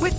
With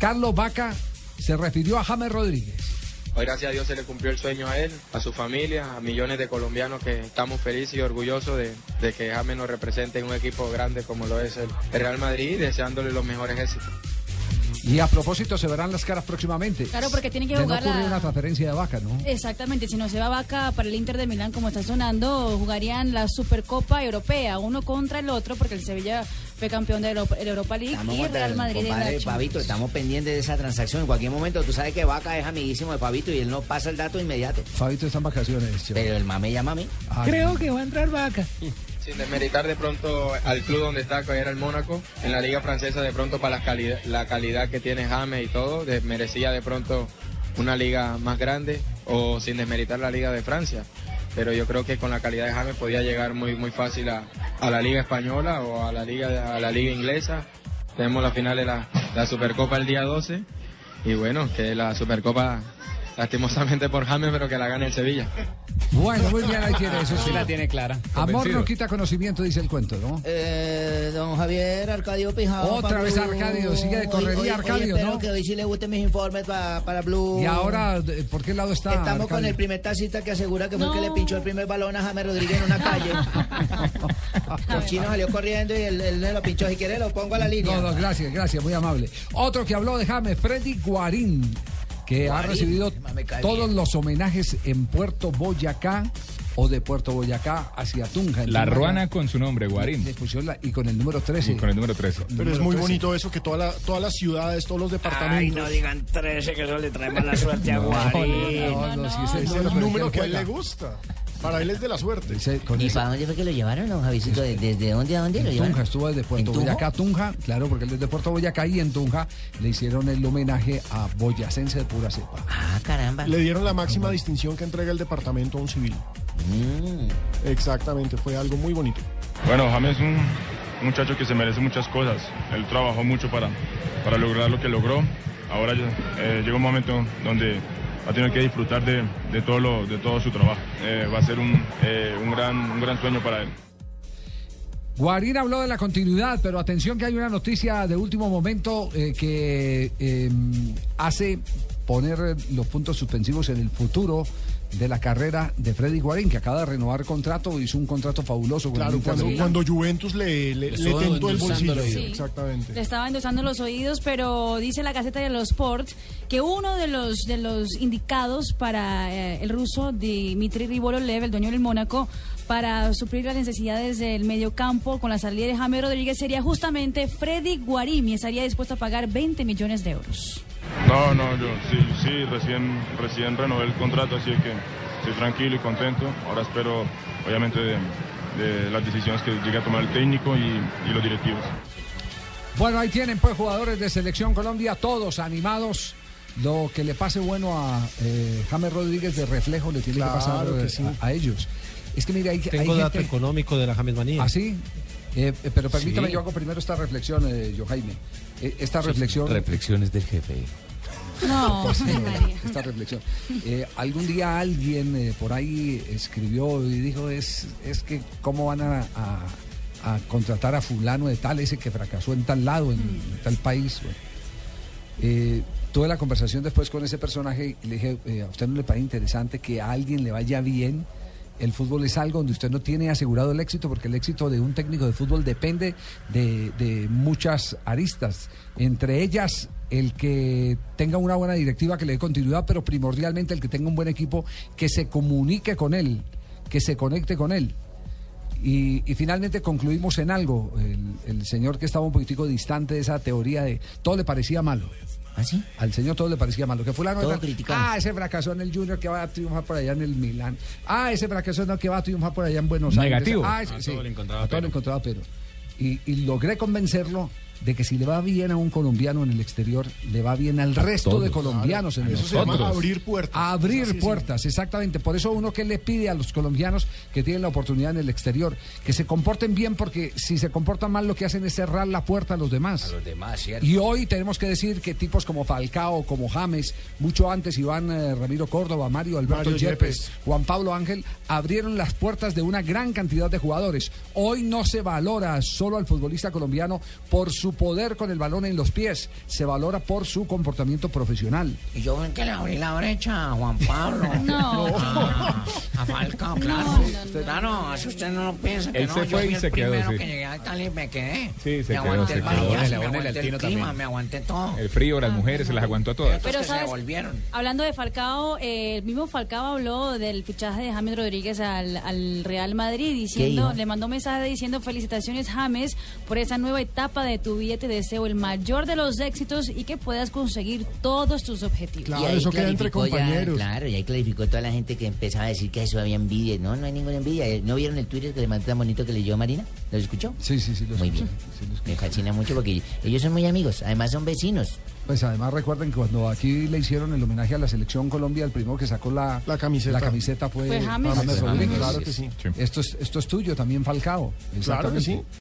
Carlos Vaca se refirió a James Rodríguez. Hoy gracias a Dios se le cumplió el sueño a él, a su familia, a millones de colombianos que estamos felices y orgullosos de, de que James nos represente en un equipo grande como lo es el Real Madrid y deseándole los mejores éxitos. Y a propósito, se verán las caras próximamente. Claro, porque tienen que De jugar no ocurre la- una transferencia de Vaca, ¿no? Exactamente, si no se va Vaca para el Inter de Milán como está sonando, jugarían la Supercopa Europea, uno contra el otro, porque el Sevilla fue campeón de Euro- el Europa League y contra Real el Madrid en la compadre Champions. Pavito, estamos pendientes de esa transacción. En cualquier momento, tú sabes que Vaca es amiguísimo de Pavito y él no pasa el dato inmediato. Fabito está en vacaciones. che. Pero el mame llama a mí. Ay, no. que va a entrar vaca. Sin desmeritar de pronto al club donde está, que era el Mónaco, en la Liga Francesa, de pronto para la calidad, la calidad que tiene James y todo, de- merecía de pronto una liga más grande o sin desmeritar la Liga de Francia. Pero yo creo que con la calidad de James podía llegar muy, muy fácil a, a la Liga Española o a la Liga, a la liga Inglesa. Tenemos la final de la, la Supercopa el día 12 y bueno, que la Supercopa, lastimosamente por James, pero que la gane el Sevilla. Bueno, muy bien, ahí tiene eso. sí. tiene clara. Amor no quita conocimiento, dice el cuento, ¿no? Eh, don Javier Arcadio Pijao. Otra vez Arcadio, sigue de correría hoy- hoy Arcadio, espero ¿no? que hoy sí le gusten mis informes pa- para Blue. Y ahora, de- ¿por qué lado está? Estamos con Arcadio? el primer tacita que asegura que fue el que No. le pinchó el primer balón a James Rodríguez en una calle. el chino salió corriendo y él, él le lo pinchó. Si quiere, lo pongo a la línea. No, no, gracias, gracias, muy amable. Otro que habló de James, Freddy Guarín, que ha Guarín, recibido me cae todos bien. los homenajes en Puerto Boyacá o de Puerto Boyacá hacia Tunja. en La Tunja, ruana con su nombre, Guarín. Le pusieron la- y con el número 13. Y con el número 13. Pero es muy bonito eso, que toda la- todas las ciudades, todos los Ay, departamentos, no digan 13, que eso le trae mala suerte a No, Guarín. no, no, si ese- es ese el lo número que a él juega. Pues le gusta. Para él es de la suerte. Ese- con ¿Y ese- para dónde fue que lo llevaron, don Javisito? ¿De- ¿Desde dónde a dónde lo En llevaron? Tunja, estuvo desde Puerto ¿En Tunja? Boyacá a Tunja, claro, porque él es de Puerto Boyacá y en Tunja le hicieron el homenaje a Boyacense de pura cepa. Ah, caramba. Le dieron la máxima distinción que entrega el departamento a un civil. Exactamente, fue algo muy bonito. Bueno, James es un muchacho que se merece muchas cosas. Él trabajó mucho para, para lograr lo que logró. Ahora ya, eh, llega un momento donde va a tener que disfrutar de, de todo, lo- de todo su trabajo. Eh, va a ser un, eh, un gran, un gran sueño para él. Guarín habló de la continuidad, pero atención que hay una noticia de último momento eh, que eh, hace poner los puntos suspensivos en el futuro de la carrera de Freddy Guarín, que acaba de renovar contrato, hizo un contrato fabuloso con el Claro, Inter de cuando, Milán. cuando Juventus le, le, le estuvo tentó el endulzándolo bolsillo. ahí. Sí. Le Exactamente. estaba endosando los oídos, pero dice la Gaceta de los Sports que uno de los de los indicados para eh, el ruso Dmitry Rivololev, el dueño del Mónaco, para suplir las necesidades del mediocampo con la salida de James Rodríguez sería justamente Freddy Guarim y estaría dispuesto a pagar 20 millones de euros. No, no, yo sí, sí, recién, recién renové el contrato, así que estoy tranquilo y contento. Ahora espero, obviamente, de, de las decisiones que llegue a tomar el técnico y- y los directivos. Bueno, ahí tienen pues jugadores de Selección Colombia, todos animados. Lo que le pase bueno a eh, James Rodríguez de reflejo le tiene que Claro pasar que eh, sí. a, a ellos. Es que mira, hay, hay Tengo dato gente... económico de la James Manía. Así. Eh, eh, pero permítame, Sí. yo hago primero esta reflexión, eh, yo Jaime. Eh, esta reflexión. Reflexiones del jefe. No, José María. Esta reflexión. Eh, algún día alguien eh, por ahí escribió y dijo, es, es que cómo van a, a- a contratar a fulano de tal, ese que fracasó en tal lado, en, en tal país. bueno. Eh, tuve la conversación después con ese personaje y le dije, eh, ¿a usted no le parece interesante que a alguien le vaya bien? El fútbol es algo donde usted no tiene asegurado el éxito porque el éxito de un técnico de fútbol depende de, de muchas aristas. Entre ellas, el que tenga una buena directiva que le dé continuidad, pero primordialmente el que tenga un buen equipo que se comunique con él, que se conecte con él. Y, y finalmente concluimos en algo. El, el señor que estaba un poquitico distante de esa teoría de todo le parecía malo. ¿Ah, sí? Al señor todo le parecía malo. Que fulano de Todo tal- criticado. Ah, ese fracasó en el Junior que va a triunfar por allá en el Milán. Ah, ese fracasó no, que va a triunfar por allá en Buenos Negativo. Aires. Ah, ese- A sí, todo le encontraba a todo pero. le encontraba pero. Y, y logré convencerlo de que si le va bien a un colombiano en el exterior, le va bien al resto de todos. colombianos en el Eso se llama exterior. abrir puertas. Abrir Así es. puertas, exactamente. Por eso uno que le pide a los colombianos que tienen la oportunidad en el exterior, que se comporten bien porque si se comportan mal lo que hacen es cerrar la puerta a los demás. Los demás, ¿cierto? Y hoy tenemos que decir que tipos como Falcao, como James, mucho antes Iván eh, Ramiro Córdoba, Mario Alberto Mario Yepes, Yepes. Juan Pablo Ángel, abrieron las puertas de una gran cantidad de jugadores. Hoy no se valora solo al futbolista colombiano por su poder con el balón en los pies, se valora por su comportamiento profesional. Y yo ven que le abrí la brecha a Juan Pablo. No. A, a Falcao, claro. Claro, así usted ah, no lo piensa. Que Él no, se yo fue fui y el se quedó, primero sí. que llegué al Cali y me quedé. Sí, se me quedó, aguanté se el quedó. vallazo, La me una del aguanté el clima, Tino también. me aguanté todo. El frío, las mujeres, se las aguantó a todas. Pero Pero que se sabes- devolvieron. Hablando de Falcao, eh, el mismo Falcao habló del fichaje de James Rodríguez al, al Real Madrid, diciendo, dijo? le mandó un mensaje diciendo felicitaciones James por esa nueva etapa de tu vida, te deseo el mayor de los éxitos y que puedas conseguir todos tus objetivos. Y ahí eso queda entre clarificó ya, compañeros. claro, y ahí clarificó toda la gente que empezaba a decir que eso había envidia. No, no hay ninguna envidia. Eh, ¿No vieron el Twitter que le mandó tan bonito que leyó Marina? ¿Lo escuchó? Sí, sí, sí. muy bien. Me fascina mucho porque ellos son muy amigos. Además son vecinos. Pues además recuerden que cuando aquí le hicieron el homenaje a la selección Colombia, el primero que sacó la, la camiseta. fue, Fue James. James Rodríguez. Claro que sí. Esto es, esto es tuyo también, Claro Falcao. que Exactamente. sí.